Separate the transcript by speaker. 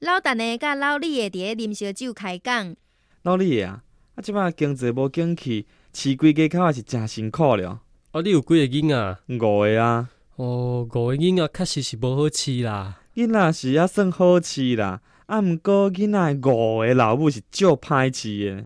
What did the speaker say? Speaker 1: 老陈的甲老李的伫咧啉烧酒开讲。
Speaker 2: 老李啊，啊，即摆经济无景气，饲规家口也是诚辛苦了，
Speaker 3: 哦，你有几个囡仔？
Speaker 2: 五个啊，
Speaker 3: 哦，五个囡仔确实是无好饲啦。
Speaker 2: 囡仔啊是还算好饲啦，啊，毋过囡仔的五个老母是足歹饲的，